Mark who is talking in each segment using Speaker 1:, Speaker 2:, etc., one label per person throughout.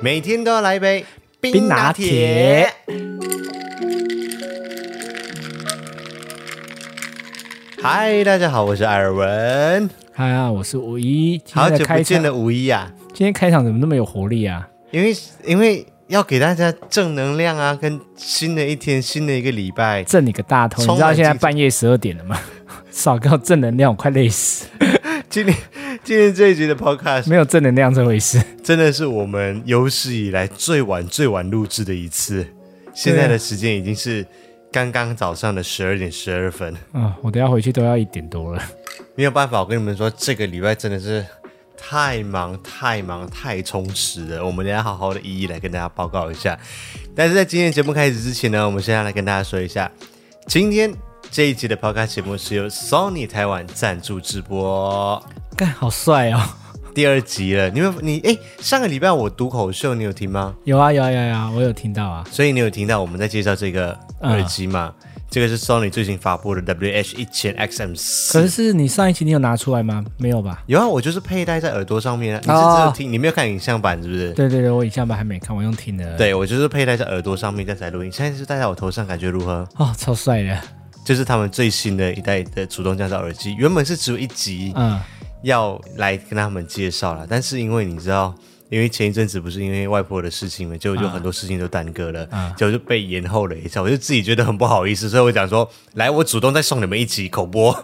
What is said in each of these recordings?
Speaker 1: 每天都要来一杯
Speaker 2: 冰拿铁。
Speaker 1: 嗨，大家好，我是艾尔文，
Speaker 2: 嗨啊，我是五一。今
Speaker 1: 好
Speaker 2: 天的
Speaker 1: 久不
Speaker 2: 开
Speaker 1: 见
Speaker 2: 场，
Speaker 1: 的五一啊！
Speaker 2: 今天开场怎么那么有活力啊？
Speaker 1: 因为因为要给大家正能量啊，跟新的一天、新的一个礼拜，
Speaker 2: 震你个大头！你
Speaker 1: 充
Speaker 2: 知道
Speaker 1: 满
Speaker 2: 现在
Speaker 1: 精神
Speaker 2: 半夜十二点了吗？ 少给我正能量，我快累 死！
Speaker 1: 今天今天这一集的 Podcast
Speaker 2: 没有正能量这回事。
Speaker 1: 真的是我们有史以来最晚最晚录制的一次，现在的时间已经是刚刚早上的十二点十二分，
Speaker 2: 啊，我等一下回去都要一点多了。
Speaker 1: 没有办法，我跟你们说，这个礼拜真的是太忙太忙太充实了，我们等一下好好的一一来跟大家报告一下。但是在今天节目开始之前呢，我们先来跟大家说一下，今天这一集的 Podcast 节目是由 Sony 台湾赞助直播。
Speaker 2: 干，好帅哦！
Speaker 1: 第二集了，你们你哎、上个礼拜我读口秀，你有听吗？
Speaker 2: 有啊有啊有啊有啊，我有听到啊。
Speaker 1: 所以你有听到我们在介绍这个耳机嘛？这个是 Sony 最近发布的 WH 一千 XM
Speaker 2: 可
Speaker 1: 四。
Speaker 2: 是你上一期你有拿出来吗？没有吧？
Speaker 1: 有啊，我就是佩戴在耳朵上面啊。你
Speaker 2: 哦
Speaker 1: 是只有听，你没有看影像版是不是？
Speaker 2: 对对对，我影像版还没看，我用听的。，
Speaker 1: 对，我就是佩戴在耳朵上面，刚才录音。现在是戴在我头上，感觉如何？
Speaker 2: 哦，超帅的。
Speaker 1: 就是他们最新的一代的主动降噪耳机，原本是只有一集
Speaker 2: 嗯，
Speaker 1: 要来跟他们介绍啦，但是因为你知道。因为前一阵子不是因为外婆的事情嘛，结果就很多事情都耽搁了，结果就被延后了一下，我就自己觉得很不好意思，所以我讲说，来，我主动再送你们一集口播。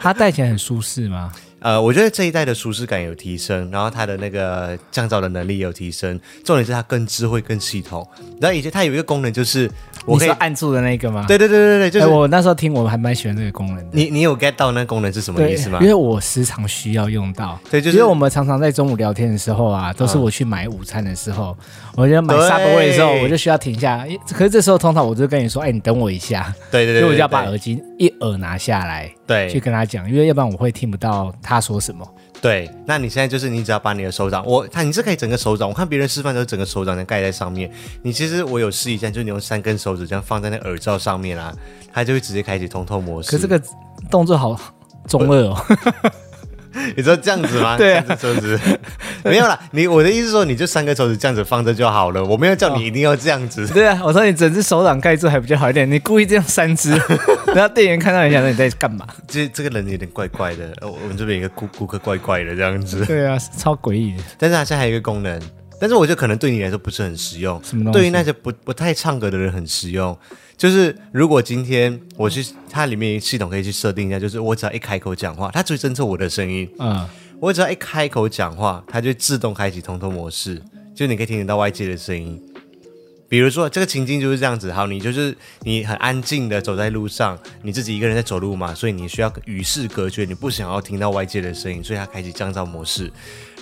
Speaker 2: 它戴起来很舒适吗？
Speaker 1: 呃，我觉得这一代的舒适感有提升，然后它的那个降噪的能力也有提升，重点是它更智慧、更系统。然后以前它有一个功能就是，我
Speaker 2: 你
Speaker 1: 可以
Speaker 2: 说，按住的那个吗？
Speaker 1: 对对对对对，就
Speaker 2: 哎，
Speaker 1: 是、
Speaker 2: 我那时候听我还蛮喜欢这个功能的。
Speaker 1: 你你有 get 到那功能是什么
Speaker 2: 对，
Speaker 1: 意思吗
Speaker 2: 因？为我时常需要用到，
Speaker 1: 对就是嗯
Speaker 2: 因为我们常常在中午聊天的时候啊，都是我去买午餐的时候，我就买
Speaker 1: 对
Speaker 2: Subway 的时候，我就需要停下。诶可是这时候通常我就跟你说，哎、你等我一下，
Speaker 1: 对对对，
Speaker 2: 所以我
Speaker 1: 对
Speaker 2: 就要把
Speaker 1: 对
Speaker 2: 耳机一耳拿下来去
Speaker 1: 对
Speaker 2: 跟他讲，因为要不然我会听不到他说什么。
Speaker 1: 对，那你现在就是你只要把你的手掌，我它你是可以整个手掌，我看别人示范都是整个手掌这样盖在上面。你其实我有试一下，就是你用三根手指这样放在那耳罩上面啊，它就会直接开启通透模式。
Speaker 2: 可这个动作好中二 哦，
Speaker 1: 你说这样子吗？
Speaker 2: 对啊
Speaker 1: 这样子手指 没有啦。你我的意思是说，你就三个手指这样子放着就好了，我没有叫你一定要这样子。
Speaker 2: 对啊，我说你整只手掌盖住还比较好一点，你故意这样三 只，然后店员看到你想说你在干嘛？
Speaker 1: 这这个人有点怪怪的，呃我我们这边有一个顾顾客怪怪的这样 子。
Speaker 2: 对啊，超诡异的。
Speaker 1: 但是它现在还有一个功能，但是我觉得可能对你来说不是很实用
Speaker 2: 什么东，西
Speaker 1: 对于那些不不太唱歌的人很实用。就是如果今天我去，它里面系统可以去设定一下，就是我只要一开口讲话，它只会侦测我的声音，
Speaker 2: 嗯，
Speaker 1: 我只要一开口讲话，它就自动开启通透模式，就你可以听得到外界的声音。比如说这个情境就是这样子，好，你就是你很安静的走在路上，你自己一个人在走路嘛，所以你需要与世隔绝，你不想要听到外界的声音，所以它开启降噪模式。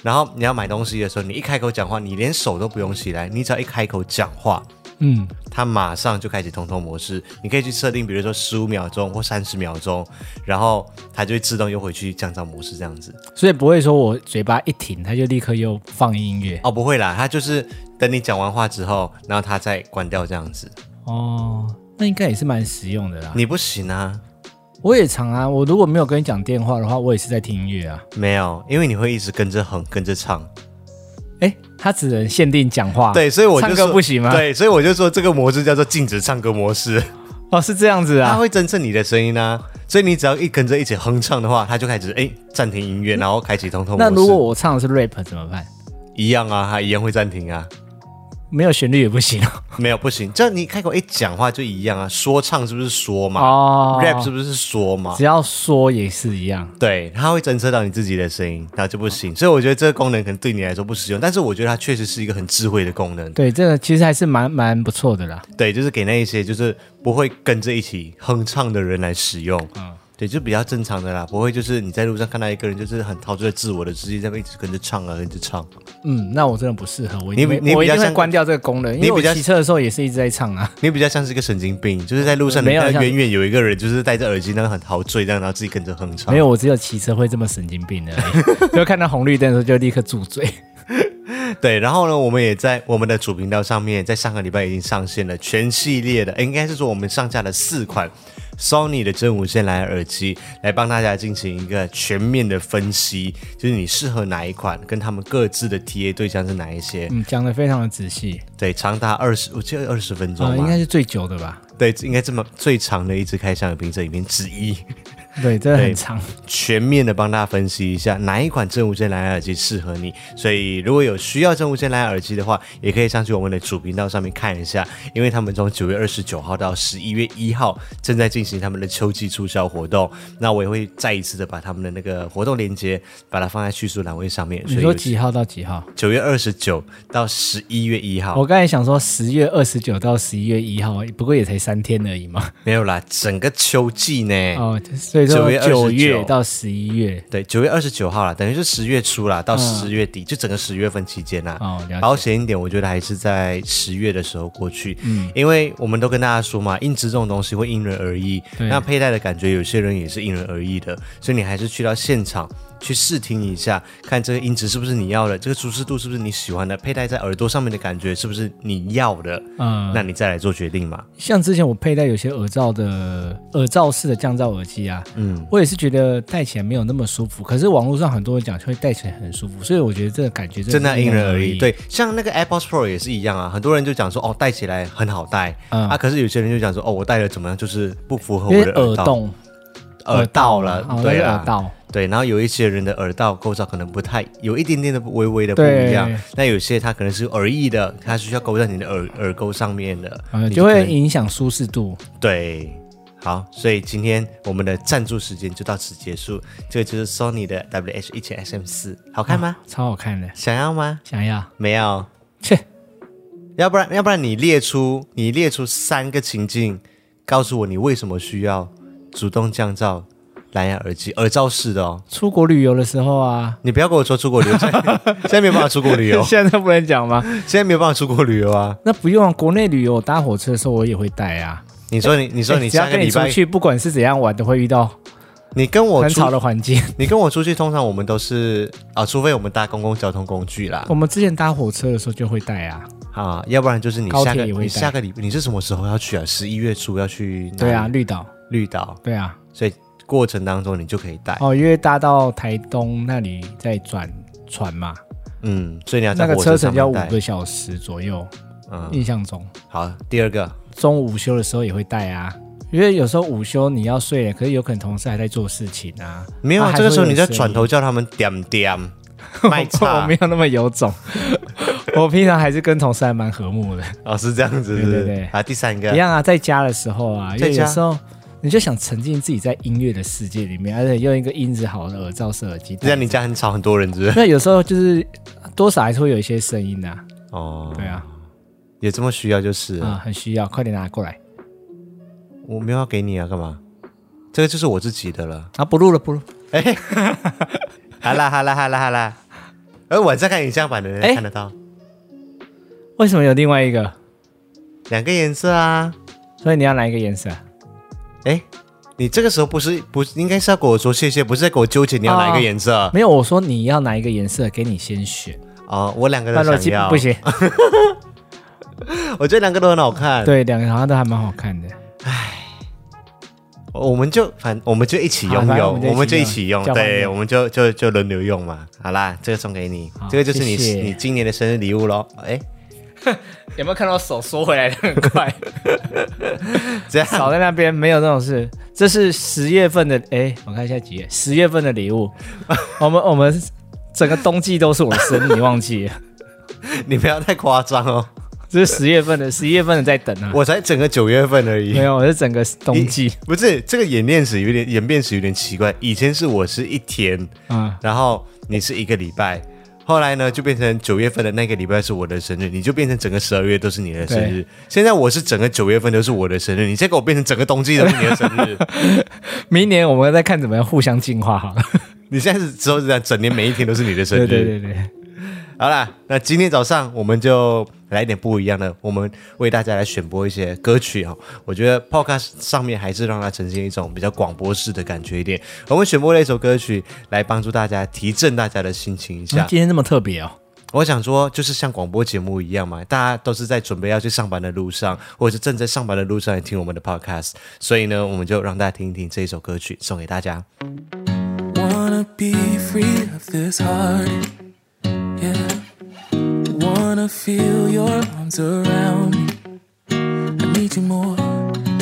Speaker 1: 然后你要买东西的时候，你一开口讲话，你连手都不用起来，你只要一开口讲话，
Speaker 2: 嗯，
Speaker 1: 它马上就开启通透模式。你可以去设定，比如说十五秒钟或三十秒钟，然后它就会自动又回去降噪模式这样子。
Speaker 2: 所以不会说我嘴巴一停，他就立刻又放音乐。
Speaker 1: 哦，不会啦，他就是等你讲完话之后，然后他再关掉这样子。
Speaker 2: 哦，那应该也是蛮实用的啦。
Speaker 1: 你不行啊，
Speaker 2: 我也常啊，我如果没有跟你讲电话的话，我也是在听音乐啊。
Speaker 1: 没有，因为你会一直跟着哼，跟着唱。
Speaker 2: 哎，他只能限定讲话，
Speaker 1: 对，所以我就
Speaker 2: 啊唱
Speaker 1: 说
Speaker 2: 歌不行吗？，
Speaker 1: 对，所以我就说这个模式叫做禁止唱歌模式，
Speaker 2: 哦，是这样子
Speaker 1: 它
Speaker 2: 啊。
Speaker 1: 会侦测你的声音啊。所以你只要一跟着一起哼唱的话，它就开始哎暂停音乐，然后开启通通模
Speaker 2: 嗯那
Speaker 1: 式。
Speaker 2: 如果我唱的是 rap 怎么办？
Speaker 1: 一样啊，它一样会暂停啊。
Speaker 2: 没有旋律也不行
Speaker 1: 没有不行，只要你开口一讲话就一样啊。说唱是不是说 嘛、
Speaker 2: 哦
Speaker 1: r a p 是不是说嘛？
Speaker 2: 只要说也是一样。
Speaker 1: 对，它会侦测到你自己的声音，然后就不
Speaker 2: 哦
Speaker 1: 行。所以我觉得这个功能可能对你来说不实用，但是我觉得它确实是一个很智慧的功能。
Speaker 2: 对，这个其实还是蛮蛮不错的啦。
Speaker 1: 对，就是给那一些就是不会跟着一起哼唱的人来使用。
Speaker 2: 嗯
Speaker 1: 对，就比较正常的啦，不会就是你在路上看到一个人就是很陶醉自我的世界，在那边一直跟着唱啊，跟着唱。
Speaker 2: 嗯，那我真的不适合，我
Speaker 1: 你
Speaker 2: 一定会
Speaker 1: 你比较
Speaker 2: 我一定会
Speaker 1: 像
Speaker 2: 关掉这个功能，因为
Speaker 1: 你
Speaker 2: 我
Speaker 1: 比较
Speaker 2: 骑车的时候也是一直在唱啊。
Speaker 1: 你比较像是一个神经病，就是在路上你
Speaker 2: 没有
Speaker 1: 看到
Speaker 2: 像
Speaker 1: 远远有一个人就是戴着耳机，那个很陶醉这样，然后自己跟着哼唱。
Speaker 2: 没有，我只有骑车会这么神经病而已。 就看到红绿灯的时候就立刻住嘴。
Speaker 1: 对，然后呢，我们也在我们的主频道上面，在上个礼拜已经上线了全系列的，诶应该是说我们上架了四款 Sony 的真无线蓝牙耳机，来帮大家进行一个全面的分析，就是你适合哪一款，跟他们各自的 TA 对象是哪一些。
Speaker 2: 嗯，讲的非常的仔细
Speaker 1: 对，长达二十，我记得二十分
Speaker 2: 啊、
Speaker 1: 钟
Speaker 2: 应
Speaker 1: 吧。
Speaker 2: 该是最久的吧？
Speaker 1: 对，应该这么最长的一支开箱的评测里面之一。
Speaker 2: 对，真的
Speaker 1: 对
Speaker 2: 很长。
Speaker 1: 全面的帮大家分析一下哪一款真无线蓝牙耳机适合你。所以如果有需要真无线蓝牙耳机的话，也可以上去我们的主频道上面看一下，因为他们从九月二十九号到十一月一号正在进行他们的秋季促销活动。那我也会再一次的把他们的那个活动链接把它放在叙述栏位上面。所
Speaker 2: 你
Speaker 1: 以
Speaker 2: 说
Speaker 1: 有
Speaker 2: 几号到几号？
Speaker 1: 九月二十九到十一月一号
Speaker 2: 我，刚才想说十月二十九到十一月一号，不过也才三天而已嘛。
Speaker 1: 没有啦，整个秋季呢。
Speaker 2: 哦，所以说
Speaker 1: 9月29
Speaker 2: 九月到十一月，
Speaker 1: 对，九月二十九号啦，等于是十月初啦，到
Speaker 2: 嗯
Speaker 1: 十月底，就整个十月份期间啦。
Speaker 2: 哦了解
Speaker 1: 保险一点，我觉得还是在十月的时候过去，嗯，因为我们都跟大家说嘛，音质这种东西会因人而异，
Speaker 2: 对
Speaker 1: 那佩戴的感觉有些人也是因人而异的，所以你还是去到现场去试听一下，看这个音质是不是你要的，这个舒适度是不是你喜欢的，佩戴在耳朵上面的感觉是不是你要的，
Speaker 2: 嗯、
Speaker 1: 那你再来做决定嘛。
Speaker 2: 像之前我佩戴有些耳罩的耳罩式的降噪耳机啊，嗯，我也是觉得戴起来没有那么舒服。可是网络上很多人讲会戴起来很舒服，所以我觉得这个感觉
Speaker 1: 真
Speaker 2: 的
Speaker 1: 的
Speaker 2: 是
Speaker 1: 因人而
Speaker 2: 异。
Speaker 1: 异。，对，像那个 AirPods Pro 也是一样啊，很多人就讲说哦，戴起来很好戴、
Speaker 2: 嗯
Speaker 1: 啊，可是有些人就讲说哦，我戴了怎么样，就是不符合
Speaker 2: 因
Speaker 1: 我
Speaker 2: 为
Speaker 1: 的
Speaker 2: 耳
Speaker 1: 道、
Speaker 2: 洞，
Speaker 1: 耳道了，
Speaker 2: 哦、那
Speaker 1: 对
Speaker 2: 是
Speaker 1: 啊
Speaker 2: 耳道，
Speaker 1: 对。然后有一些人的耳道构造可能不太，有一点点的微微的不一样
Speaker 2: 对，
Speaker 1: 那有些它可能是耳翼的，它是需要勾在你的耳耳沟上面的，
Speaker 2: 呃，
Speaker 1: 你
Speaker 2: 就
Speaker 1: 可
Speaker 2: 会
Speaker 1: 能
Speaker 2: 影响舒适度。
Speaker 1: 对。好，所以今天我们的赞助时间就到此结束。这个就是 Sony 的 WH 1 0 SM 四，好看吗？
Speaker 2: 超好看的，
Speaker 1: 想要吗？
Speaker 2: 想要
Speaker 1: 没有。
Speaker 2: 切，
Speaker 1: 要不然，要不然你列出你列出三个情境，告诉我你为什么需要主动降噪蓝牙耳机，耳罩式的哦。
Speaker 2: 出国旅游的时候啊，，
Speaker 1: 你不要跟我说出国旅游，现在 现在没有办法出国旅游
Speaker 2: 现在不能讲吗？
Speaker 1: 现在没有办法出国旅游啊。
Speaker 2: 那不用、啊，国内旅游我搭火车的时候我也会戴啊。
Speaker 1: 你说你，你说你
Speaker 2: 只要
Speaker 1: 下个
Speaker 2: 跟你
Speaker 1: 礼
Speaker 2: 出
Speaker 1: 拜，
Speaker 2: 去，不管是怎样玩，都会遇到
Speaker 1: 你跟我
Speaker 2: 很
Speaker 1: 出
Speaker 2: 吵，的 环境。
Speaker 1: 你跟我出去，通常我们都是啊，除非我们搭公共交通工具啦
Speaker 2: 我们之前搭火车的时候就会戴啊。
Speaker 1: 啊，要不然就是你
Speaker 2: 高铁
Speaker 1: 下个
Speaker 2: 也会
Speaker 1: 你
Speaker 2: 带
Speaker 1: 下个礼，你是什么时候要去啊？十一月初要去哪里
Speaker 2: 对啊，，绿岛，
Speaker 1: 绿岛，
Speaker 2: 对啊，
Speaker 1: 所以过程当中你就可以带，
Speaker 2: 哦，因为搭到台东那里再转船嘛，
Speaker 1: 嗯，所以你要
Speaker 2: 那
Speaker 1: 在
Speaker 2: 个
Speaker 1: 火
Speaker 2: 车
Speaker 1: 上
Speaker 2: 程
Speaker 1: 面
Speaker 2: 要五
Speaker 1: 带
Speaker 2: 个小时左右，
Speaker 1: 嗯，
Speaker 2: 印象中。
Speaker 1: 好，第二个，
Speaker 2: 中午午休的时候也会戴啊，因为有时候午休你要睡了，可是有可能同事还在做事情啊。
Speaker 1: 没有
Speaker 2: 啊
Speaker 1: 啊，
Speaker 2: 还
Speaker 1: 这个时候
Speaker 2: 会有
Speaker 1: 你就
Speaker 2: 声
Speaker 1: 转
Speaker 2: 音
Speaker 1: 头叫他们点点 卖
Speaker 2: 我
Speaker 1: 茶
Speaker 2: 没有那么有种， 我平常还是跟同事还蛮和睦的。
Speaker 1: 哦，是这样子，是不
Speaker 2: 对
Speaker 1: 是
Speaker 2: 对对
Speaker 1: 啊，第三
Speaker 2: 一
Speaker 1: 个，
Speaker 2: 样啊，在家的时候啊，因
Speaker 1: 在
Speaker 2: 为
Speaker 1: 家
Speaker 2: 有时候你就想沉浸自己在音乐的世界里面，而且用一个音质好的耳罩式耳机戴。
Speaker 1: 这样你家很吵，很多人，是不是？
Speaker 2: 那有时候就是多少还是会有一些声音的、啊，
Speaker 1: 哦，
Speaker 2: 对啊，
Speaker 1: 也这么需要就是
Speaker 2: 啊、
Speaker 1: 了，
Speaker 2: 很需要，快点拿过来。
Speaker 1: 我没有要给你啊，干嘛？这个就是我自己的了。
Speaker 2: 啊，不录了，不录。
Speaker 1: 好啦，好啦，好啦，好啦。而我在看影像版的人
Speaker 2: 哎
Speaker 1: 看得到
Speaker 2: 为什么有另外一个？
Speaker 1: 两个颜色啊。
Speaker 2: 所以你要哪一个颜色？
Speaker 1: 哎，你这个时候不是不是应该是要跟我说谢谢，不是在跟我纠结你要哪一个
Speaker 2: 哦
Speaker 1: 颜色
Speaker 2: 没有，我说你要哪一个颜色，给你先选。
Speaker 1: 哦？我两个
Speaker 2: 那
Speaker 1: 都
Speaker 2: 逻
Speaker 1: 想
Speaker 2: 辑
Speaker 1: 要
Speaker 2: 不，行，
Speaker 1: 我觉得两个都很好看。
Speaker 2: 对，两个好像都还蛮好看的。
Speaker 1: 我们就反，我们就一起
Speaker 2: 好
Speaker 1: 拥
Speaker 2: 反正
Speaker 1: 有，
Speaker 2: 我们就
Speaker 1: 我们就一
Speaker 2: 一
Speaker 1: 起
Speaker 2: 起
Speaker 1: 用
Speaker 2: 用，交换
Speaker 1: 对，
Speaker 2: 用
Speaker 1: 我们就就就轮流用嘛。好啦，这个送给你
Speaker 2: 好，
Speaker 1: 这个就是你
Speaker 2: 谢谢
Speaker 1: 你今年的生日礼物喽。哎，
Speaker 2: 有没有看到手缩回来的很快？
Speaker 1: 这样
Speaker 2: 少在那边没有那种事。这是十月份的，哎、我看一下几月，十月份的礼物。 我们我们整个冬季都是我的生日，你忘记了？
Speaker 1: 你不要太夸张哦，
Speaker 2: 这是十月份的，十一月份的在 等啊。
Speaker 1: 我才整个九月份而
Speaker 2: 没
Speaker 1: 已。
Speaker 2: 有，我是整个冬季
Speaker 1: 不是这个演练史有点演变史有点奇怪，以前是我是一天，
Speaker 2: 啊、
Speaker 1: 然后你是一个礼拜，后来呢就变成九月份的那个礼拜是我的生日，你就变成整个十二月都是你的生日。现在我是整个九月份都是我的生日，你再给我变成整个冬季都是你的生 日，
Speaker 2: 明年我们再看怎么样互相进化好了。
Speaker 1: 你现在是之后是这样，整年每一天都是你的生日。
Speaker 2: 对对对对，
Speaker 1: 好啦，那今天早上我们就来一点不一样的，我们为大家来选播一些歌曲哦。我觉得 podcast 上面还是让它呈现一种比较广播式的感觉一点。我们选播了一首歌曲来帮助大家提振大家的心情一
Speaker 2: 嗯
Speaker 1: 下。
Speaker 2: 今天这么特别哦，
Speaker 1: 我想说，就是像广播节目一样嘛，大家都是在准备要去上班的路上，或者是正在上班的路上来听我们的 podcast，所以呢，我们就让大家听一听这一首歌曲，送给大家。
Speaker 3: Wanna be free of this heart. Yeah. Wanna feel your arms around me. I need you more.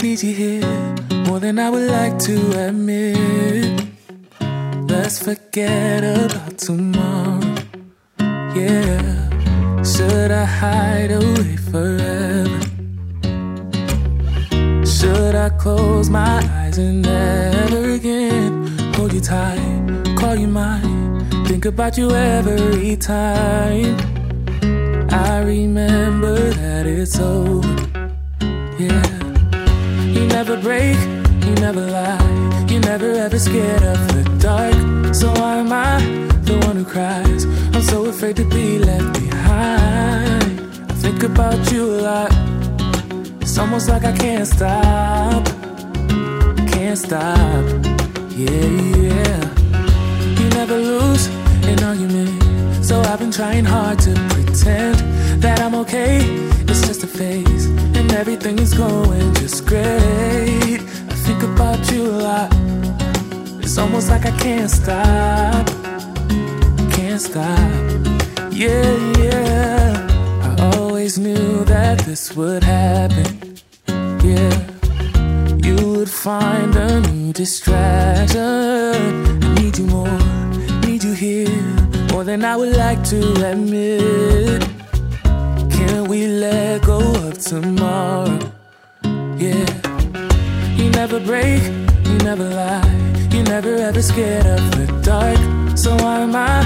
Speaker 3: Need you here. More than I would like to admit. Let's forget about tomorrow. Yeah. Should I hide away forever? Should I close my eyes and never again hold you tight, call you mine, think about you every time? I remember that it's over. Yeah, you never break, you never lie, you never ever scared of the dark. So why am I the one who cries? I'm so afraid to be left behind. I think about you a lot. It's almost like I can't stop. Can't stop. Yeah, yeah. You never lose an argument. So I've been trying hard to pretend that I'm okay. It's just a phase. And everything is going just great. I think about you a lot. It's almost like I can't stop. Can't stop. Yeah, yeah. I always knew that this would happen. Yeah, you would find a new distraction. I need you more, need you here, more than I would like to admit. Can we let go of tomorrow? Yeah. You never break, you never lie, you never ever scared of the dark. So why am I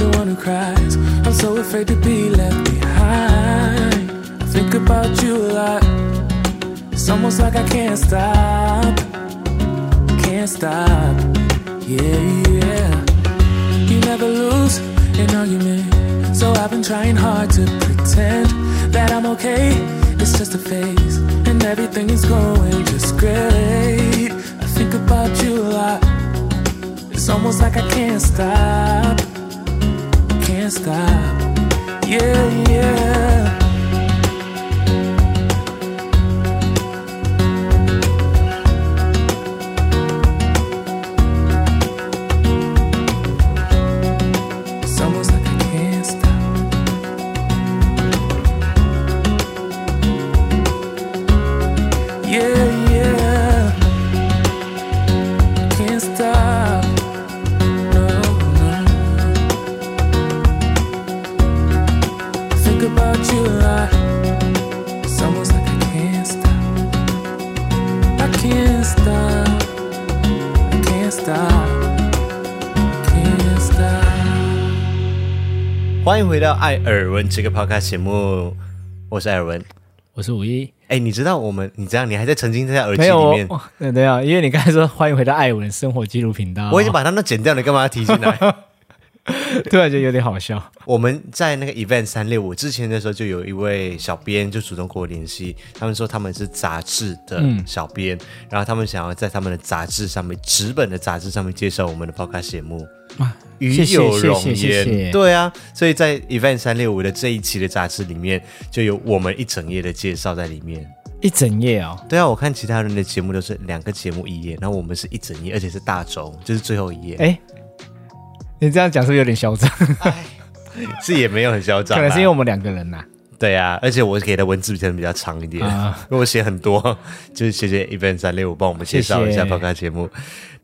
Speaker 3: the one who cries? I'm so afraid to be left behind. I think about you a lot. It's almost like I can't stop, can't stop. Yeah, yeah. You never lose an argument. So I've been trying hard to pretend that I'm okay. It's just a phase, and everything is going just great. I think about you a lot. It's almost like I can't stop. Can't stop. Yeah, yeah. It's almost like I can't stop. Yeah, yeah. Can't stop. No, no. Think about you a lot. It's almost like I can't stop. I can't stop. I can't stop. Can't stop.
Speaker 1: 欢迎回到艾尔文这个 podcast 节目，我是艾尔文。
Speaker 2: 我是五一，
Speaker 1: 哎，你知道我们你这样，你还在沉浸在耳机
Speaker 2: 没有
Speaker 1: 里
Speaker 2: 我
Speaker 1: 面，，
Speaker 2: 哇对对啊，因为你刚才说欢迎回到艾文生活记录频道，
Speaker 1: 我已经把它都剪掉，你干嘛要提进来？
Speaker 2: 突然觉得有点好笑。
Speaker 1: 我们在那个 event 三六五之前的时候，就有一位小编就主动跟我联系，他们说他们是杂志的
Speaker 2: 嗯
Speaker 1: 小编，然后他们想要在他们的杂志上面，纸本的杂志上面介绍我们的 podcast 节目。与
Speaker 2: 谢谢
Speaker 1: 有容
Speaker 2: 谢
Speaker 1: 焉，
Speaker 2: 谢谢谢
Speaker 1: 对啊，所以在 event 三六五的这一期的杂志里面，就有我们一整页的介绍在里面。
Speaker 2: 一整夜哦，
Speaker 1: 对啊，我看其他人的节目都是两个节目一页，然后我们是一整页，而且是大轴，就是最后一页。
Speaker 2: 哎，你这样讲是不是有点嚣张？
Speaker 1: 是也没有很 嚣张
Speaker 2: 可
Speaker 1: 啦，
Speaker 2: 能是因为我们两个人呐。
Speaker 1: 对啊，而且我给的文字可能比较长一点，
Speaker 2: 啊
Speaker 1: 因为我写很多， 就是谢谢 Event 三六五啊帮我们介绍一下
Speaker 2: 谢谢
Speaker 1: p o d 节目。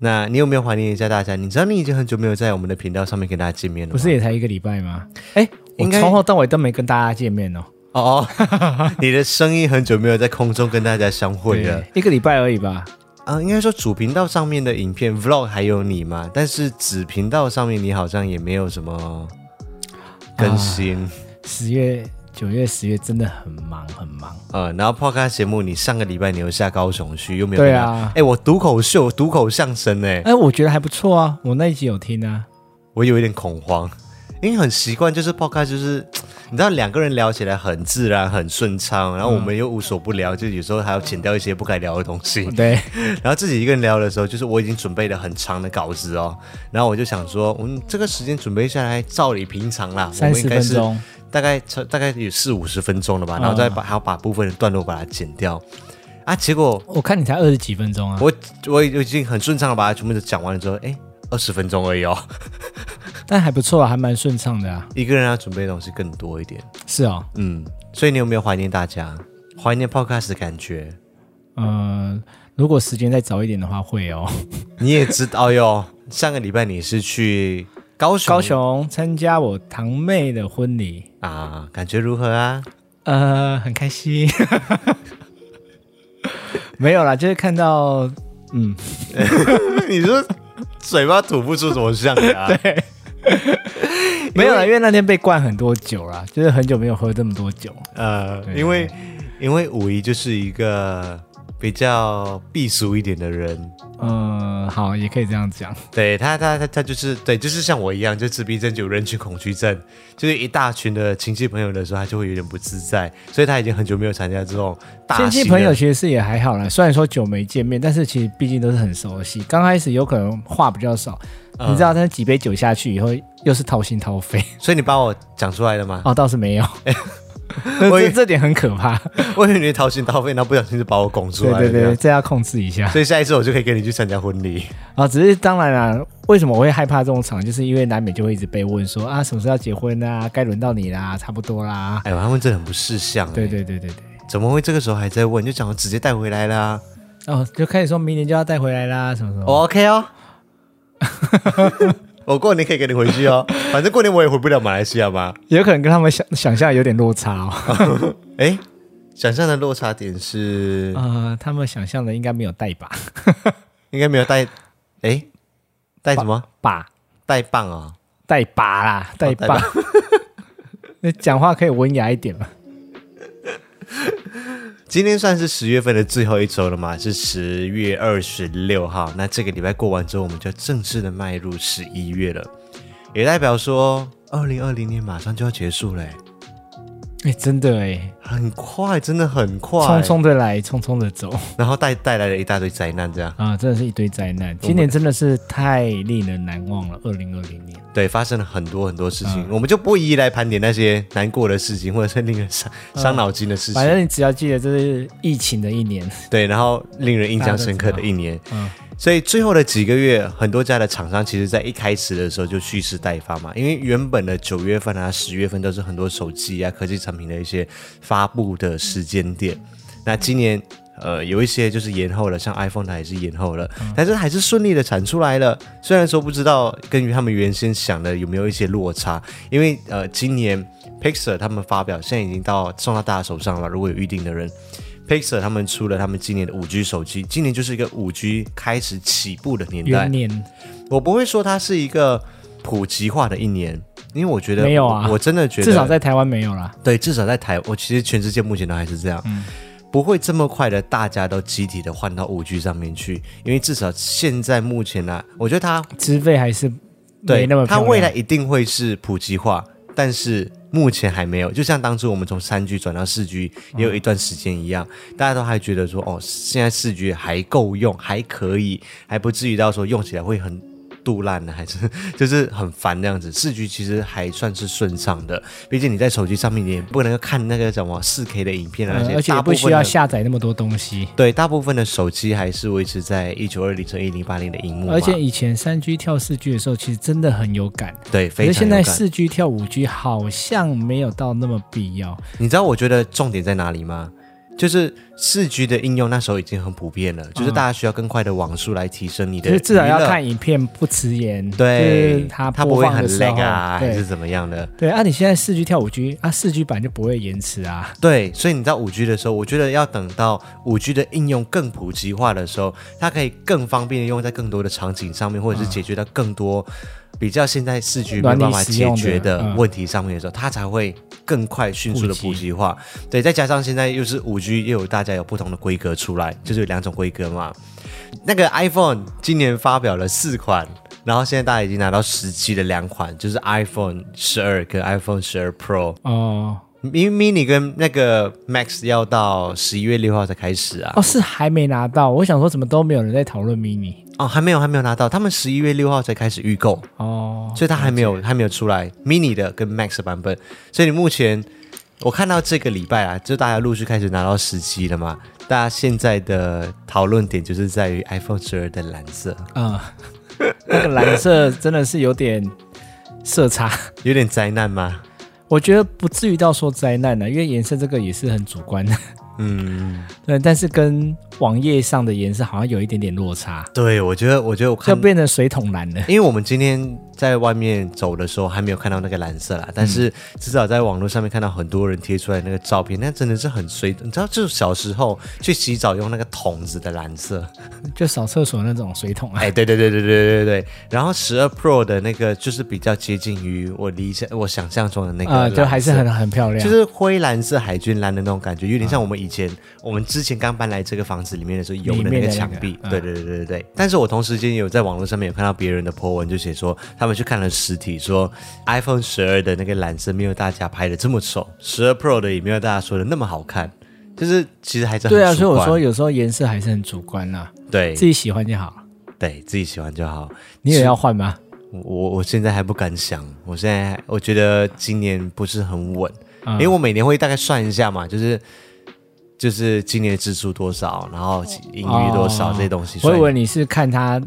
Speaker 1: 那你有没有怀念一下大家？你知道你已经很久没有在我们的频道上面跟大家见面了吗，
Speaker 2: 不是也才一个礼拜吗？哎，我
Speaker 1: 应该
Speaker 2: 从头到尾都没跟大家见面哦，
Speaker 1: 哦哦，你的声音很久没有在空中跟大家相会了。
Speaker 2: 一个礼拜而已吧。
Speaker 1: 啊、应该说主频道上面的影片 Vlog 还有你嘛，但是子频道上面你好像也没有什么
Speaker 2: 啊
Speaker 1: 更新。
Speaker 2: 十月、九月、十月真的很忙，很忙。
Speaker 1: 呃，然后 podcast 节目，你上个礼拜你又下高雄去，又没有
Speaker 2: 对
Speaker 1: 跟他
Speaker 2: 啊
Speaker 1: 哎，我读口秀，读口相声哎、
Speaker 2: 哎，我觉得还不错啊，我那一集有听啊。
Speaker 1: 我有一点恐慌，因为很习惯，就是 podcast 就是你知道两个人聊起来很自然、很顺畅，然后
Speaker 2: 嗯
Speaker 1: 我们又无所不聊，就有时候还要剪掉一些不该聊的东 西。
Speaker 2: 对，
Speaker 1: 然后自己一个人聊的时候，就是我已经准备了很长的稿子哦，然后我就想说，嗯，这个时间准备下来，照理平常啦，我
Speaker 2: 三
Speaker 1: 们应
Speaker 2: 十
Speaker 1: 该
Speaker 2: 分
Speaker 1: 是
Speaker 2: 钟，啊
Speaker 1: 大概差大概有四五十分钟了吧，然后再把还要把部分的段落把它剪掉啊，结果
Speaker 2: 我看你才二十几分钟啊，
Speaker 1: 我我已经很顺畅的把它全部都讲完了之后，哎，二十分钟而已哦，
Speaker 2: 但还不错啊，还蛮顺畅的啊。
Speaker 1: 一个人要准备的东西更多一点，
Speaker 2: 是哦，
Speaker 1: 嗯，所以你有没有怀念大家？怀念 podcast 的感觉？
Speaker 2: 呃，如果时间再早一点的话，会哦。
Speaker 1: 你也知 道哟，上个礼拜你是去高雄
Speaker 2: 高雄参加我堂妹的婚礼，
Speaker 1: 啊，感觉如何啊？
Speaker 2: 呃，很 开心。没有啦，就是看到，嗯，
Speaker 1: 你说嘴巴吐不出什么象牙、 对，
Speaker 2: 没有啦，因为那天被灌很多酒啦，就是很久没有喝这么多酒。
Speaker 1: 呃，因为因为五一就是一个比较避俗一点的人，哦
Speaker 2: 嗯，好，也可以这样讲。
Speaker 1: 对他他他他就是对，就是像我一样，就自闭症就有人群恐惧症，就是一大群的亲戚朋友的时候，他就会有点不自在，所以他已经很久没有参加这种大
Speaker 2: 亲戚
Speaker 1: 型
Speaker 2: 朋
Speaker 1: 的
Speaker 2: 友其实是也还好啦，虽然说久没见面，但是其实毕竟都是很熟悉。刚开始有可能话比较少，
Speaker 1: 嗯
Speaker 2: 你知道，但是几杯酒下去以后，又是掏心掏 肺。
Speaker 1: 所以你把我讲出来了吗？
Speaker 2: 哦，倒是 没有，
Speaker 1: 我以
Speaker 2: 这这点很 可怕。
Speaker 1: 我以为你掏心掏肺，然后不小心就把我拱出
Speaker 2: 对
Speaker 1: 来了。
Speaker 2: 对
Speaker 1: 这
Speaker 2: 对，
Speaker 1: 样
Speaker 2: 这要控制一下。
Speaker 1: 所以下一次我就可以跟你去参加婚礼。
Speaker 2: 啊，只是当然啦、为什么我会害怕这种场，就是因为难免就会一直被问说啊，什么时候要结婚啊，该轮到你啦，差不多啦。
Speaker 1: 哎呦，他们真的很不识相。啊
Speaker 2: 对，对对对对，
Speaker 1: 怎么会这个时候还在问？就讲直接带回来啦。
Speaker 2: 哦，就开始说明年就要带回来啦，什么什么。
Speaker 1: 我 OK 哦。我过年可以跟你回去哦，反正过年我也回不了马来西亚嘛。
Speaker 2: 有可能跟他们想想象有点落差哦。
Speaker 1: 哎，想象的落差点是
Speaker 2: 呃，他们想象的应该没有带吧？
Speaker 1: 应该没有带，哎，带什么？
Speaker 2: 把
Speaker 1: 带棒啊、
Speaker 2: 带把啦，哦带
Speaker 1: 带
Speaker 2: 把。那讲话可以文雅一点嘛？
Speaker 1: 今天算是十月份的最后一周了嘛，是十月二十六号。那这个礼拜过完之后，我们就正式的迈入十一月了，也代表说二零二零年马上就要结束嘞，
Speaker 2: 哎、真的哎，
Speaker 1: 很快，真的很快，
Speaker 2: 匆匆的来，匆匆的走
Speaker 1: 然后带带来了一大堆灾难，这样
Speaker 2: 啊、真的是一堆灾难。今年真的是太令人难忘了，二零二零年。
Speaker 1: 对，发生了很多很多事情，我们就不一一来盘点那些难过的事情，或者是令人伤伤脑筋的事情，
Speaker 2: 反正你只要记得这是疫情的一年，
Speaker 1: 对，然后令人印象深刻的一年。
Speaker 2: 嗯
Speaker 1: 所以最后的几个月，很多家的厂商其实在一开始的时候就蓄势待发嘛，因为原本的九月份啊、十月份都是很多手机啊、科技产品的一些发布的时间点。那今年呃有一些就是延后了，像 iPhone 它也是延后了，
Speaker 2: 嗯
Speaker 1: 但是还是顺利的产出来了。虽然说不知道跟于他们原先想的有没有一些落差，因为呃今年 Pixar 他们发表现在已经到送到大家手上了，如果有预定的人。Pixar 他们出了他们今年的五 G 手机，今年就是一个五 G 开始起步的年代
Speaker 2: 元。年
Speaker 1: 我不会说它是一个普及化的一年，因为我觉得
Speaker 2: 没有啊
Speaker 1: 我我真的觉得
Speaker 2: 至少在台湾没有啦。
Speaker 1: 对，至少在台，我其实全世界目前都还是这样，不会这么快的大家都集体的换到五 G 上面去，因为至少现在目前呢、我觉得它
Speaker 2: 资费还是没
Speaker 1: 对
Speaker 2: 那么
Speaker 1: 它
Speaker 2: 漂亮
Speaker 1: 未来一定会是普及化，但是目前还没有，就像当初我们从三 G 转到四 G 也有一段时间一样，大家都还觉得说哦，现在四 G 还够用，还可以，还不至于到说用起来会很。肚烂啊呢，还是就是很烦这样子。四 G 其实还算是顺畅的，毕竟你在手机上面你也不能够看那个什么四 K 的影片啊，
Speaker 2: 呃而且
Speaker 1: 大
Speaker 2: 也
Speaker 1: 部
Speaker 2: 不
Speaker 1: 分
Speaker 2: 需要
Speaker 1: 的
Speaker 2: 下载那么多东西。
Speaker 1: 对大部分的手机还是维持在一九二零乘一零八零的荧幕嘛，
Speaker 2: 而且以前三 G 跳四 G 的时候，其实真的很有感。
Speaker 1: 对
Speaker 2: 可
Speaker 1: 非
Speaker 2: 是
Speaker 1: 常
Speaker 2: 现在
Speaker 1: 有感
Speaker 2: 四 G 跳五 G 好像没有到那么必要。
Speaker 1: 你知道我觉得重点在哪里吗？就是四 G 的应用那时候已经很普遍了，就是大家需要更快的网速来提升你的
Speaker 2: 嗯就
Speaker 1: 娱乐，
Speaker 2: 是至少要看影片不迟延，就
Speaker 1: 对
Speaker 2: 是它
Speaker 1: 它不
Speaker 2: 播
Speaker 1: 会
Speaker 2: 放
Speaker 1: 很
Speaker 2: 的时候
Speaker 1: lag 啊，还是
Speaker 2: 对
Speaker 1: 怎么样的。
Speaker 2: 对啊，你现在四 G 跳五 G 啊，四 G 版就不会延迟啊。
Speaker 1: 对，所以你到五 G 的时候，我觉得要等到五 G 的应用更普及化的时候，它可以更方便的用在更多的场景上面，或者是解决到更多比较现在四 G 没
Speaker 2: 软体
Speaker 1: 办法
Speaker 2: 使
Speaker 1: 解
Speaker 2: 用的
Speaker 1: 决的
Speaker 2: 嗯
Speaker 1: 问题上面的时候，它才会更快迅速的
Speaker 2: 普及
Speaker 1: 普及化。对，再加上现在又是五 G，又有大家有不同的规格出来，就是有两种规格嘛。那个 iPhone 今年发表了四款然后现在大家已经拿到实际的两款，就是 iPhone 十二跟 iPhone 十二 Pro，
Speaker 2: 哦
Speaker 1: 因为 mini 跟那个 Max 要到十一月六号才开始啊。
Speaker 2: 哦，是还没拿到。我想说，怎么都没有人在讨论 mini
Speaker 1: 哦，还没有，还没有拿到，他们十一月六号才开始预购，
Speaker 2: 哦，
Speaker 1: 所以它还没有还没有出来 mini 的跟 Max 的版本。所以你目前我看到这个礼拜啊，就大家陆续开始拿到时机了嘛。大家现在的讨论点就是在于 iPhone 十二的蓝色，
Speaker 2: 嗯，那个蓝色真的是有点色差，
Speaker 1: 有点灾难吗？
Speaker 2: 我觉得不至于到说灾难啊了，因为颜色这个也是很主观的。
Speaker 1: 嗯，
Speaker 2: 对，但是跟网页上的颜色好像有一点点落差，
Speaker 1: 对，我觉得，我觉得我
Speaker 2: 就
Speaker 1: 看，
Speaker 2: 变成水桶蓝了。
Speaker 1: 因为我们今天在外面走的时候还没有看到那个蓝色啦，但是至少在网络上面看到很多人贴出来那个照片，那真的是很随，你知道，就是小时候去洗澡用那个桶子的蓝色，
Speaker 2: 就扫厕所那种水桶啊。
Speaker 1: 哎，对对对对对对对。然后十二 Pro 的那个就是比较接近于我理想我想象中的那个
Speaker 2: 啊、
Speaker 1: 蓝色，
Speaker 2: 就还是很很漂亮，
Speaker 1: 就是灰蓝色海军蓝的那种感觉，有
Speaker 2: 嗯
Speaker 1: 点像我们以前、我们之前刚搬来这个房子里面的时候有
Speaker 2: 里
Speaker 1: 的
Speaker 2: 面
Speaker 1: 那个
Speaker 2: 的那
Speaker 1: 墙
Speaker 2: 个
Speaker 1: 壁。
Speaker 2: 嗯
Speaker 1: 对对对对对对。但是我同时间也有在网络上面有看到别人的 po 文，就写说他们去看了实体，说 iPhone 十二的那个蓝色没有大家拍的这么丑，十二 Pro 的也没有大家说的那么好看，就是其实还是很
Speaker 2: 对啊，
Speaker 1: 主
Speaker 2: 所以我
Speaker 1: 观
Speaker 2: 说有时候颜色还是很主观啦、
Speaker 1: 对
Speaker 2: 自己喜欢就好。
Speaker 1: 对自己喜欢就好。
Speaker 2: 你也要换吗？
Speaker 1: 我我现在还不敢想，我现在我觉得今年不是很稳，
Speaker 2: 嗯
Speaker 1: 因为我每年会大概算一下嘛，就是就是今年的支出多少，然后盈余多少、
Speaker 2: 哦
Speaker 1: 这些东西
Speaker 2: 我
Speaker 1: 算
Speaker 2: 以
Speaker 1: 一。
Speaker 2: 为你是看它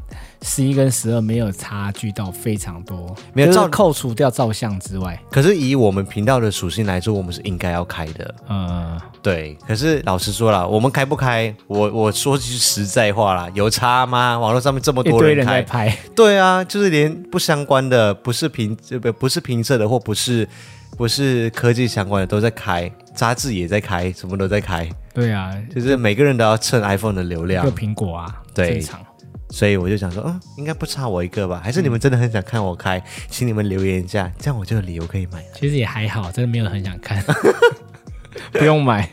Speaker 2: 十一跟十二没有差距到非常多，
Speaker 1: 没有
Speaker 2: 就是
Speaker 1: 照
Speaker 2: 扣除掉照相之外，
Speaker 1: 可是以我们频道的属性来说，我们是应该要开的，
Speaker 2: 呃，
Speaker 1: 对。可是老实说了，我们开不开，我我说句实在话啦，有差吗？网络上面这么
Speaker 2: 一
Speaker 1: 多
Speaker 2: 堆
Speaker 1: 人
Speaker 2: 人在
Speaker 1: 开，
Speaker 2: 拍，
Speaker 1: 对啊，就是连不相关的，不是评呃不不是评测的，或不是不是科技相关的都在开，杂志也在开，什么都在开，
Speaker 2: 对啊，
Speaker 1: 就是每个人都要蹭 iPhone 的流量
Speaker 2: 就，苹果啊，
Speaker 1: 对
Speaker 2: 正常。
Speaker 1: 所以我就想说，嗯，应该不差我一个吧？还是你们真的很想看我开，请你们留言一下，这样我就有理由可以买了。
Speaker 2: 其实也还好，真的没有很想 看，不用买。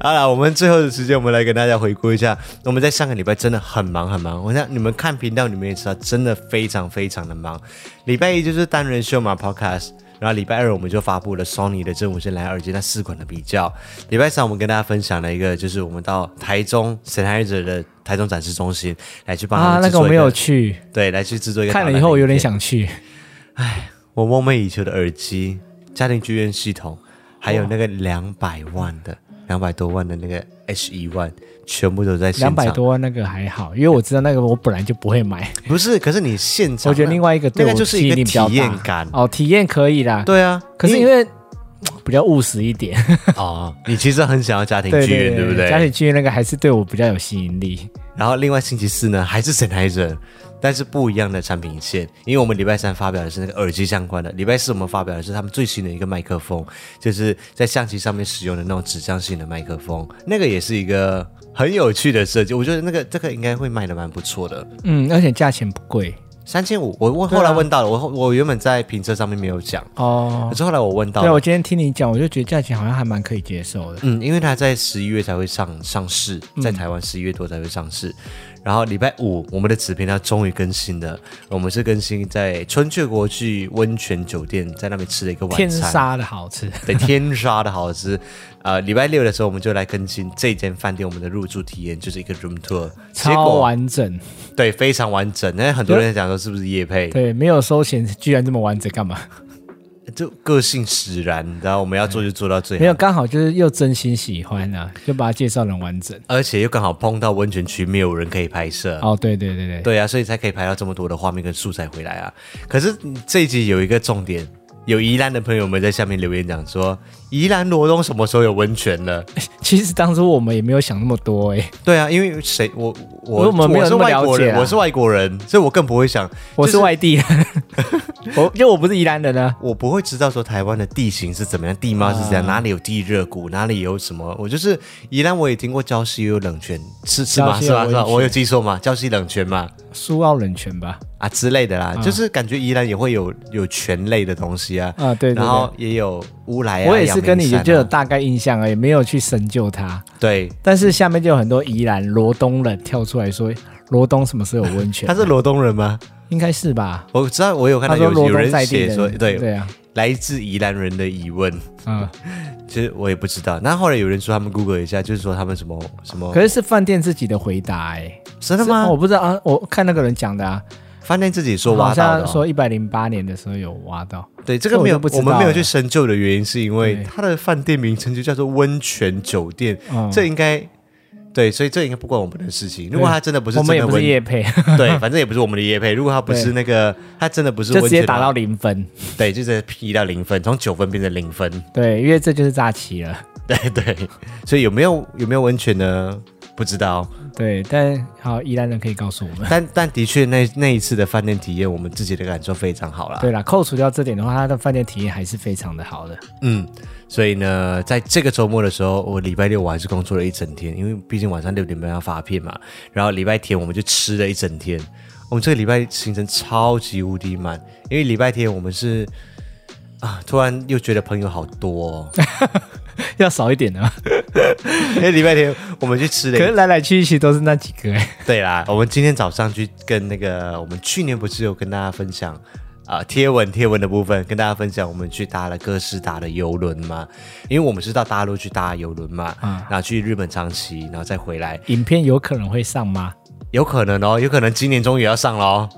Speaker 1: 好了，我们最后的时间，我们来跟大家回顾一下，我们在上个礼拜真的很忙很忙。我想你们看频道，你们也知道，真的非常非常的忙。礼拜一就是单人秀嘛 Podcast。然后礼拜二我们就发布了 Sony 的真无线蓝牙耳机那四款的比较。礼拜三我们跟大家分享了一个，就是我们到台中 Sennheiser 的台中展示中心来去帮他
Speaker 2: 啊
Speaker 1: 们，
Speaker 2: 那
Speaker 1: 制
Speaker 2: 个
Speaker 1: 作
Speaker 2: 我
Speaker 1: 一
Speaker 2: 没有去，
Speaker 1: 对来去制作一个
Speaker 2: 看
Speaker 1: 导
Speaker 2: 了
Speaker 1: 览
Speaker 2: 以后我
Speaker 1: 的
Speaker 2: 有点
Speaker 1: 影片
Speaker 2: 想去。
Speaker 1: 我梦寐以求的耳机、家庭剧院系统，还有那个两百万的、两百多万的那个 H 一万，全部都在现
Speaker 2: 两
Speaker 1: 场。
Speaker 2: 百多万那个还好，因为我知道那个我本来就不 会买。
Speaker 1: 不是？可是你现场，
Speaker 2: 我觉得另外一个
Speaker 1: 那
Speaker 2: 对
Speaker 1: 个
Speaker 2: 我
Speaker 1: 就是
Speaker 2: 吸
Speaker 1: 一
Speaker 2: 引
Speaker 1: 个
Speaker 2: 力比
Speaker 1: 体
Speaker 2: 较大
Speaker 1: 验感。
Speaker 2: 哦，体验可以啦。，
Speaker 1: 对啊，
Speaker 2: 可是因为比较务实一点，
Speaker 1: 哦，你 其实很想要家庭
Speaker 2: 对
Speaker 1: 剧
Speaker 2: 对
Speaker 1: 院，不对？
Speaker 2: 家庭剧院那个还是对我比较有吸引力。
Speaker 1: 然后另外星期四呢，还是 Sennheiser，但是不一样的产品线，因为我们礼拜三发表的是那个耳机相关的，礼拜四我们发表的是他们最新的一个麦克风，就是在象棋上面使用的那种指向性的麦克风，那个也是一个很有趣的设计，我觉得那个这个应该会卖的蛮不错的，
Speaker 2: 嗯，而且价钱不贵
Speaker 1: 三千五，我问后来问到了，我后我原本在评测上面没有讲，
Speaker 2: 哦
Speaker 1: 可。是后来我问到
Speaker 2: 对，我
Speaker 1: 了，
Speaker 2: 今天听你讲，我就觉得价钱好像还蛮可以接受的。
Speaker 1: 嗯，因为它在十一月才会上上市，
Speaker 2: 嗯
Speaker 1: 在台湾十一月多才会上市。然后礼拜五，我们的子频道终于更新了，我们是更新在春雀国际温泉酒店，在那边吃了一个晚餐，
Speaker 2: 天杀的好吃，
Speaker 1: 对天杀的好吃。 呃，礼拜六的时候，我们就来更新这间饭店我们的入住体验，就是一个 room tour，结
Speaker 2: 超
Speaker 1: 果
Speaker 2: 完整。
Speaker 1: 对非常完整。那很多人在讲说是不是夜配，
Speaker 2: 对，没有收钱，居然这么完整，干嘛？
Speaker 1: 就个性使然，你知道我们要做就做到最好
Speaker 2: 没有，。刚好就是又真心喜欢啊，就把它介绍得很完整。
Speaker 1: 而且又刚好碰到温泉区，没有人可以拍摄，
Speaker 2: 哦，对对对对，
Speaker 1: 对啊，所以才可以拍到这么多的画面跟素材回来啊。可是嗯这一集有一个重点，有宜兰的朋友们在下面留言讲说，宜兰罗东什么时候有温泉了？
Speaker 2: 其实当初我们也没有想那么多哎、
Speaker 1: 对啊，因为谁我我
Speaker 2: 我们没有
Speaker 1: 是
Speaker 2: 那么
Speaker 1: 外
Speaker 2: 了
Speaker 1: 国
Speaker 2: 解
Speaker 1: 人，
Speaker 2: 啊
Speaker 1: 我是外国人，所以我更不会想，
Speaker 2: 我是
Speaker 1: 就是
Speaker 2: 外地人， 我因为我不是宜兰人啊呢、
Speaker 1: 我不会知道说台湾的地形是怎么样，地貌是怎样，
Speaker 2: 啊
Speaker 1: 哪里有地热谷，哪里有什么。我就是宜兰，我也听过礁溪有冷泉，是是吗？
Speaker 2: 礁溪
Speaker 1: 是
Speaker 2: 有
Speaker 1: 吗？是吗？
Speaker 2: 温泉
Speaker 1: 我有记错吗？礁溪冷泉嘛。
Speaker 2: 苏澳冷泉吧？
Speaker 1: 啊之类的啦，就是感觉宜兰也会有有泉类的东西啊，
Speaker 2: 啊对对对
Speaker 1: 然后也有乌来啊，
Speaker 2: 我也是跟
Speaker 1: 阳明
Speaker 2: 你
Speaker 1: 山啊
Speaker 2: 就有大概印象而已，没有去深究它。
Speaker 1: 对
Speaker 2: 但是下面就有很多宜兰罗东人跳出来说，罗东什么时候有温泉？啊
Speaker 1: 他是罗东人吗？
Speaker 2: 应该是吧？
Speaker 1: 我知道，我有看
Speaker 2: 他
Speaker 1: 到
Speaker 2: 说
Speaker 1: 有
Speaker 2: 罗
Speaker 1: 有
Speaker 2: 东
Speaker 1: 人
Speaker 2: 在地
Speaker 1: 写
Speaker 2: 的
Speaker 1: 说，
Speaker 2: 人，
Speaker 1: 对，
Speaker 2: 对啊，
Speaker 1: 来自宜兰人的疑问，
Speaker 2: 嗯，
Speaker 1: 其实我也不知道。那后来有人说他们 Google 一下，就是说他们什么什么
Speaker 2: 可，是是饭店自己的回答哎，
Speaker 1: 哦真的
Speaker 2: 是
Speaker 1: 吗
Speaker 2: 我？不知道啊，我看那个人讲的啊，
Speaker 1: 饭店自己说
Speaker 2: 好
Speaker 1: 挖到的
Speaker 2: 像
Speaker 1: 哦、
Speaker 2: 说一百零八年的时候有挖到，
Speaker 1: 对，这
Speaker 2: 这
Speaker 1: 个
Speaker 2: 我
Speaker 1: 没有，
Speaker 2: 就不知
Speaker 1: 我们
Speaker 2: 道
Speaker 1: 没有
Speaker 2: 了
Speaker 1: 去深究的原因，是因为
Speaker 2: 对
Speaker 1: 它的饭店名称就叫做温泉酒店，
Speaker 2: 嗯
Speaker 1: 这应该对，所以这应该不关我们的事情。如果它真的不是
Speaker 2: 我
Speaker 1: 真
Speaker 2: 们也
Speaker 1: 的
Speaker 2: 不是
Speaker 1: 温，
Speaker 2: 夜配，
Speaker 1: 对，反正也不是我们的业配。如果它不是
Speaker 2: 对
Speaker 1: 那个，它真的不是
Speaker 2: 就
Speaker 1: 温
Speaker 2: 直
Speaker 1: 泉
Speaker 2: 接打
Speaker 1: 的
Speaker 2: 到
Speaker 1: 话，
Speaker 2: 零分，
Speaker 1: 对，就直接 P 到零分，从九分变成零分。
Speaker 2: 对，因为这就是诈欺了。
Speaker 1: 对对，所以有没有有没有温泉呢？不知道，
Speaker 2: 对，但好，宜兰人可以告诉我们。
Speaker 1: 但但的确那那一次的饭店体验，我们自己的感受非常好啦。
Speaker 2: 对啦，扣除掉这点的话，他的饭店体验还是非常的 好的。
Speaker 1: 嗯，所以呢，在这个周末的时候，我礼拜六我还是工作了一整天，因为毕竟晚上六点半要发片嘛。然后礼拜天我们就吃了一整天，我们这个礼拜行程超级无敌满，因为礼拜天我们是啊，突然又觉得朋友好多、哦，
Speaker 2: 要少一点的嘛，
Speaker 1: 因为礼拜天我们去吃了
Speaker 2: 可
Speaker 1: 一
Speaker 2: 是来来去去都是那几个哎、
Speaker 1: 对啦，我们今天早上去跟那个，我们去年不是有跟大家分享啊、贴文贴文的部分，跟大家分享我们去搭了哥斯达的游轮嘛，因为我们是到大陆去搭游轮嘛，
Speaker 2: 嗯
Speaker 1: 然后去日本长崎，然后再回来，
Speaker 2: 影片有可能会上吗？
Speaker 1: 有可能哦，有可能今年终于要上了哦，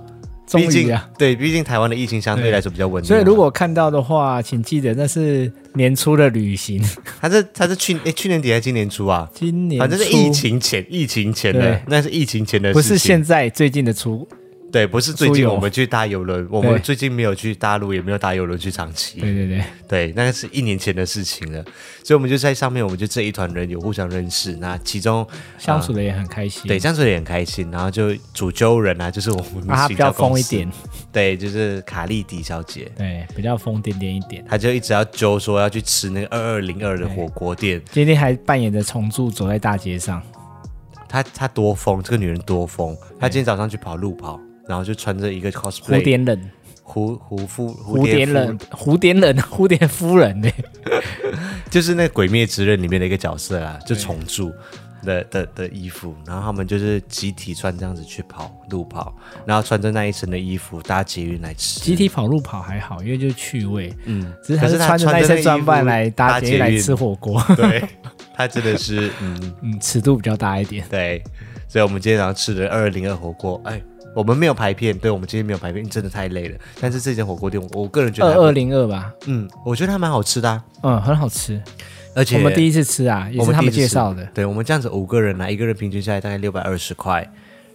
Speaker 2: 终
Speaker 1: 毕
Speaker 2: 于
Speaker 1: 竟
Speaker 2: 啊！
Speaker 1: 对，毕竟台湾的疫情相对
Speaker 2: 对
Speaker 1: 来说比较稳定嘛，啊
Speaker 2: 所以如果看到的话，请记得那是年初的旅 行，
Speaker 1: 它是它是去诶去年底还是今年初啊？
Speaker 2: 今年
Speaker 1: 反正是
Speaker 2: 初
Speaker 1: 疫，情前，疫情前的
Speaker 2: 对，
Speaker 1: 那是疫情前的事
Speaker 2: 不
Speaker 1: 情，
Speaker 2: 是现在最近的出。
Speaker 1: 对，不是最
Speaker 2: 出
Speaker 1: 近
Speaker 2: 游
Speaker 1: 我们去搭游轮，我们
Speaker 2: 对
Speaker 1: 最近没有去大陆，也没有搭游轮去长崎。
Speaker 2: 对对对，
Speaker 1: 对，那个是一年前的事情了，所以我们就在上面，我们就这一团人有互相认识，那其中
Speaker 2: 相处的也很开心。
Speaker 1: 对，相处得也很开心，然后就主揪人啊，就是我们
Speaker 2: 啊，他比
Speaker 1: 行
Speaker 2: 较
Speaker 1: 销公
Speaker 2: 疯一
Speaker 1: 司
Speaker 2: 点，，
Speaker 1: 对，就是卡莉迪小姐，
Speaker 2: 对，比较疯癫癫一点。
Speaker 1: 她就一直要揪说要去吃那个二二零二的火锅店，
Speaker 2: 今天还扮演着重铸走在大街上，
Speaker 1: 她她多疯，这个女人多疯，她今天早上去跑路跑，然后就穿着一个 cosplay
Speaker 2: 蝴蝶忍，
Speaker 1: 胡胡夫蝴
Speaker 2: 蝴蝶
Speaker 1: 夫
Speaker 2: 忍， 蝴蝶忍，蝴蝶夫人 呢？
Speaker 1: 就是那《鬼灭之刃》里面的一个角色啦，就重铸的的的衣服，然后他们就是集体穿这样子去跑路跑，然后穿着那一身的衣服搭捷运来吃。
Speaker 2: 集体跑路跑还好，因为就是趣味。嗯，只是
Speaker 1: 可
Speaker 2: 他
Speaker 1: 是
Speaker 2: 是
Speaker 1: 他
Speaker 2: 穿着那
Speaker 1: 穿着那
Speaker 2: 身
Speaker 1: 衣
Speaker 2: 装扮
Speaker 1: 服
Speaker 2: 来搭
Speaker 1: 搭
Speaker 2: 捷
Speaker 1: 捷
Speaker 2: 运来
Speaker 1: 运
Speaker 2: 吃火锅，
Speaker 1: 对，他真的是嗯
Speaker 2: 嗯，尺度比较大一点。
Speaker 1: 对，所以我们今天早上吃的二零二火锅，哎。我们没有排片，对我们今天没有排片，真的太累了。但是这间火锅店，我我个人觉
Speaker 2: 二
Speaker 1: 得还不，
Speaker 2: 二零二吧，
Speaker 1: 嗯，我觉得还蛮好吃的、啊，
Speaker 2: 嗯，很好吃。
Speaker 1: 而且
Speaker 2: 我们第一次吃啊，也
Speaker 1: 我
Speaker 2: 是
Speaker 1: 们
Speaker 2: 他
Speaker 1: 第一
Speaker 2: 们
Speaker 1: 次吃
Speaker 2: 介绍的。
Speaker 1: 对，我们这样子五个人啊来，一个人平均下来大概六百二十块。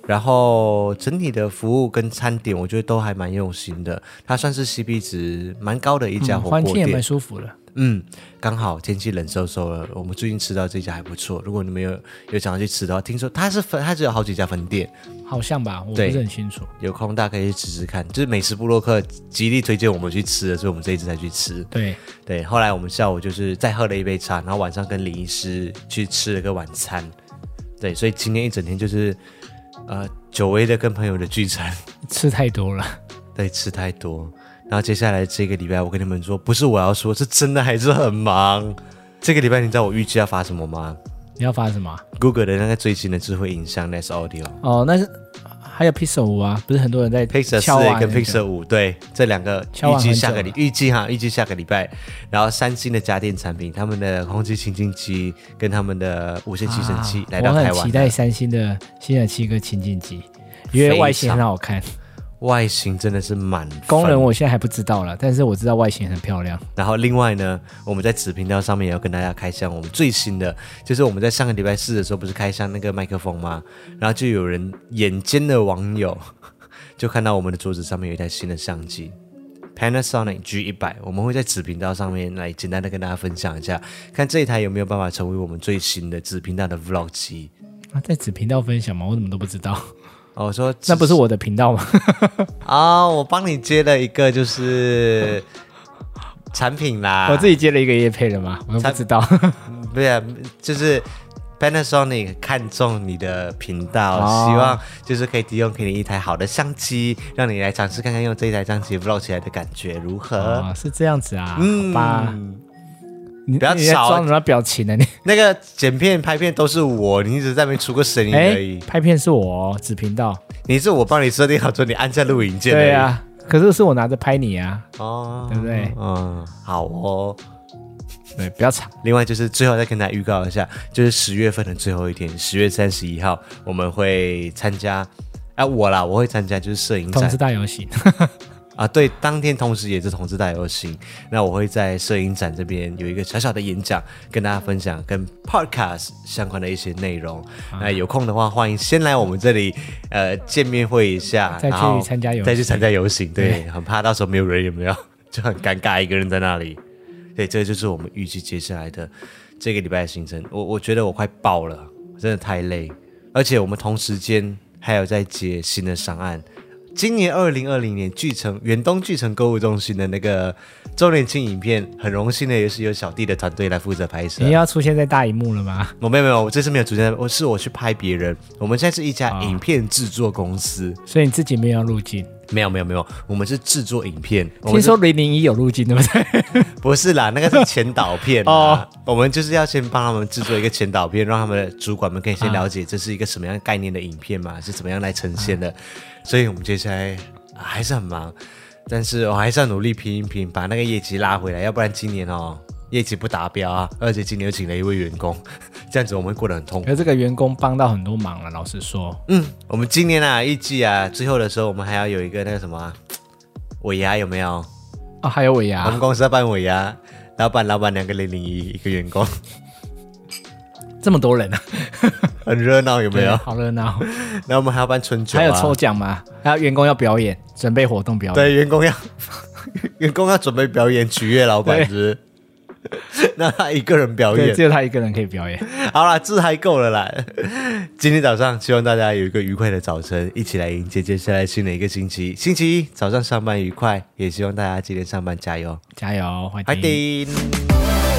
Speaker 1: 然后整体的服务跟餐点，我觉得都还蛮用心的。它算是 CP 值蛮高的一家
Speaker 2: 嗯
Speaker 1: 火
Speaker 2: 环
Speaker 1: 锅
Speaker 2: 境也
Speaker 1: 店
Speaker 2: 蛮。舒服的。
Speaker 1: 嗯刚好天气冷飕飕了，我们最近吃到这家还不错。如果你们有有想要去吃的话，听说它是分，它只有好几家分店，
Speaker 2: 好像吧，我不
Speaker 1: 对
Speaker 2: 是很清楚。
Speaker 1: 有空大家可以去吃吃看。就是美食部落客极力推荐我们去吃的，所以我们这一次才去吃。
Speaker 2: 对，
Speaker 1: 对，后来我们下午就是再喝了一杯茶，然后晚上跟林医师去吃了个晚餐。对，所以今天一整天就是呃久违的跟朋友的聚餐，
Speaker 2: 吃太多了，
Speaker 1: 对，吃太多。然后接下来这个礼拜，我跟你们说，不是我要说，是真的还是很忙。这个礼拜你知道我预计要发什么吗
Speaker 2: 你要发什么啊？
Speaker 1: ？Google 的那个最新的智慧影像 Nest Audio。
Speaker 2: 哦，那是还有 Pixel 五啊，不是很多人在
Speaker 1: Pixel
Speaker 2: 敲
Speaker 1: 四
Speaker 2: 完
Speaker 1: 跟
Speaker 2: 那个
Speaker 1: Pixel 五，对，这两个
Speaker 2: 敲
Speaker 1: 预
Speaker 2: 完
Speaker 1: 计
Speaker 2: 很
Speaker 1: 下
Speaker 2: 久
Speaker 1: 个礼
Speaker 2: 了
Speaker 1: 预计哈，预计下个礼拜，然后三星的家电产品，他们的空气清净机跟他们的无线吸尘器
Speaker 2: 啊
Speaker 1: 来到台
Speaker 2: 我很
Speaker 1: 湾
Speaker 2: 期
Speaker 1: 了，
Speaker 2: 待三星的新的七个情景机，因为外形很好看。
Speaker 1: 外形真的是满分啊
Speaker 2: 功能。我现在还不知道了，但是我知道外形很漂亮。
Speaker 1: 然后另外呢，我们在子频道上面也要跟大家开箱我们最新的，就是我们在上个礼拜四的时候不是开箱那个麦克风吗？然后就有人眼尖的网友 就看到我们的桌子上面有一台新的相机。Panasonic G 一百，我们会在子频道上面来简单的跟大家分享一下，看这一台有没有办法成为我们最新的子频道的 Vlog 机。
Speaker 2: 啊，在子频道分享吗？我怎么都不知道？
Speaker 1: 哦，我说
Speaker 2: 那不是我的频道吗？
Speaker 1: 啊、我帮你接了一个就是产品啦，
Speaker 2: 我自己接了一个夜配了吗？我都不知道。
Speaker 1: 对啊，就是 Panasonic 看中你的频道，
Speaker 2: 哦
Speaker 1: 希望就是可以提供给你一台好的相机，让你来尝试看看呃
Speaker 2: 哦
Speaker 1: 用这一台相机 vlog 起来的感觉如何。
Speaker 2: 哦，是这样子啊，好吧。你
Speaker 1: 嗯不要
Speaker 2: 你在
Speaker 1: 吵
Speaker 2: 装什么表情呢、你
Speaker 1: 那个剪片拍片都是我，你一直在那边出个声音
Speaker 2: 哎、
Speaker 1: 而 已。
Speaker 2: 拍片是我、哦、子频道，
Speaker 1: 你是我帮你设定好之后，你按下录影键。
Speaker 2: 对，啊，可是是我拿着拍你啊，
Speaker 1: 哦，
Speaker 2: 对不对
Speaker 1: 嗯，好哦。
Speaker 2: 对，不要吵。
Speaker 1: 另外就是最后再跟大家预告一下，就是十月份的最后一天，十月三十一号，我们会参加。啊，我啦，我会参加，就是摄影
Speaker 2: 同
Speaker 1: 展
Speaker 2: 志大游行，
Speaker 1: 啊，对，当天同时也是同志大游行。那我会在摄影展这边有一个小小的演讲，跟大家分享跟 podcast 相关的一些内容。
Speaker 2: 啊
Speaker 1: 那有空的话，欢迎先来我们这里，呃，见面会一下，
Speaker 2: 再去
Speaker 1: 然后
Speaker 2: 参加游行
Speaker 1: 再去参加游行。对，很怕到时候没有人，有没有 就很尴尬，一个人在那里。对，这就是我们预计接下来的这个礼拜的行程。我我觉得我快爆了，真的太累，而且我们同时间还有在接新的商案。今年二零二零年巨城远东巨城购物中心的那个周年庆影片，很荣幸的也是由小弟的团队来负责拍摄
Speaker 2: 你。要出现在大荧幕了吗？
Speaker 1: 我没有没有，我这次没有主持人，我是我去拍别
Speaker 2: 啊
Speaker 1: 人。我们现在是一家影片制作公司，
Speaker 2: 所以你自己没有要入镜。
Speaker 1: 没有没有没有，我们是制作影片。我
Speaker 2: 听
Speaker 1: 们是
Speaker 2: 说零零一有入镜， 对不对？
Speaker 1: 不是啦，那个是前导片哦
Speaker 2: 哦。
Speaker 1: 我们就是要先帮他们制作一个前导片，让他们的主管们可以先了解这是一个什么样概念的影片嘛，是怎么样来呈现的。所以我们接下来啊还是很忙，但是我还是要努力拼一拼，把那个业绩拉回来，要不然今年哦业绩不达标啊，而且今年又请了一位员工， 这样子我们会过得很痛苦
Speaker 2: 可。是这个员工帮到很多忙了，老实说，
Speaker 1: 嗯，我们今年啊预计啊最后的时候，我们还要有一个那个什么啊尾牙有没有？
Speaker 2: 啊，还有尾
Speaker 1: 我们
Speaker 2: 牙，
Speaker 1: 公司要办尾牙，老板、老板娘跟零零一一个员工。
Speaker 2: 这么多人啊，
Speaker 1: 很热闹，有没有？
Speaker 2: 好热闹。
Speaker 1: 然后我们还要办春啊酒、啊，
Speaker 2: 还有抽奖吗？还有员工要表演，准备活动表演。
Speaker 1: 对员工要 员工要准备表演取悦老板子， 那他一个人表演
Speaker 2: 只，有他一个人可以表演。
Speaker 1: 好啦，这还够了啦。 今天早上希望大家有一个愉快的早晨，一起来迎接接下来新的一个星期。星期一早上上班愉快，也希望大家今天上班加油，
Speaker 2: 加油，欢
Speaker 1: 嗨
Speaker 2: 迎。
Speaker 1: 丁。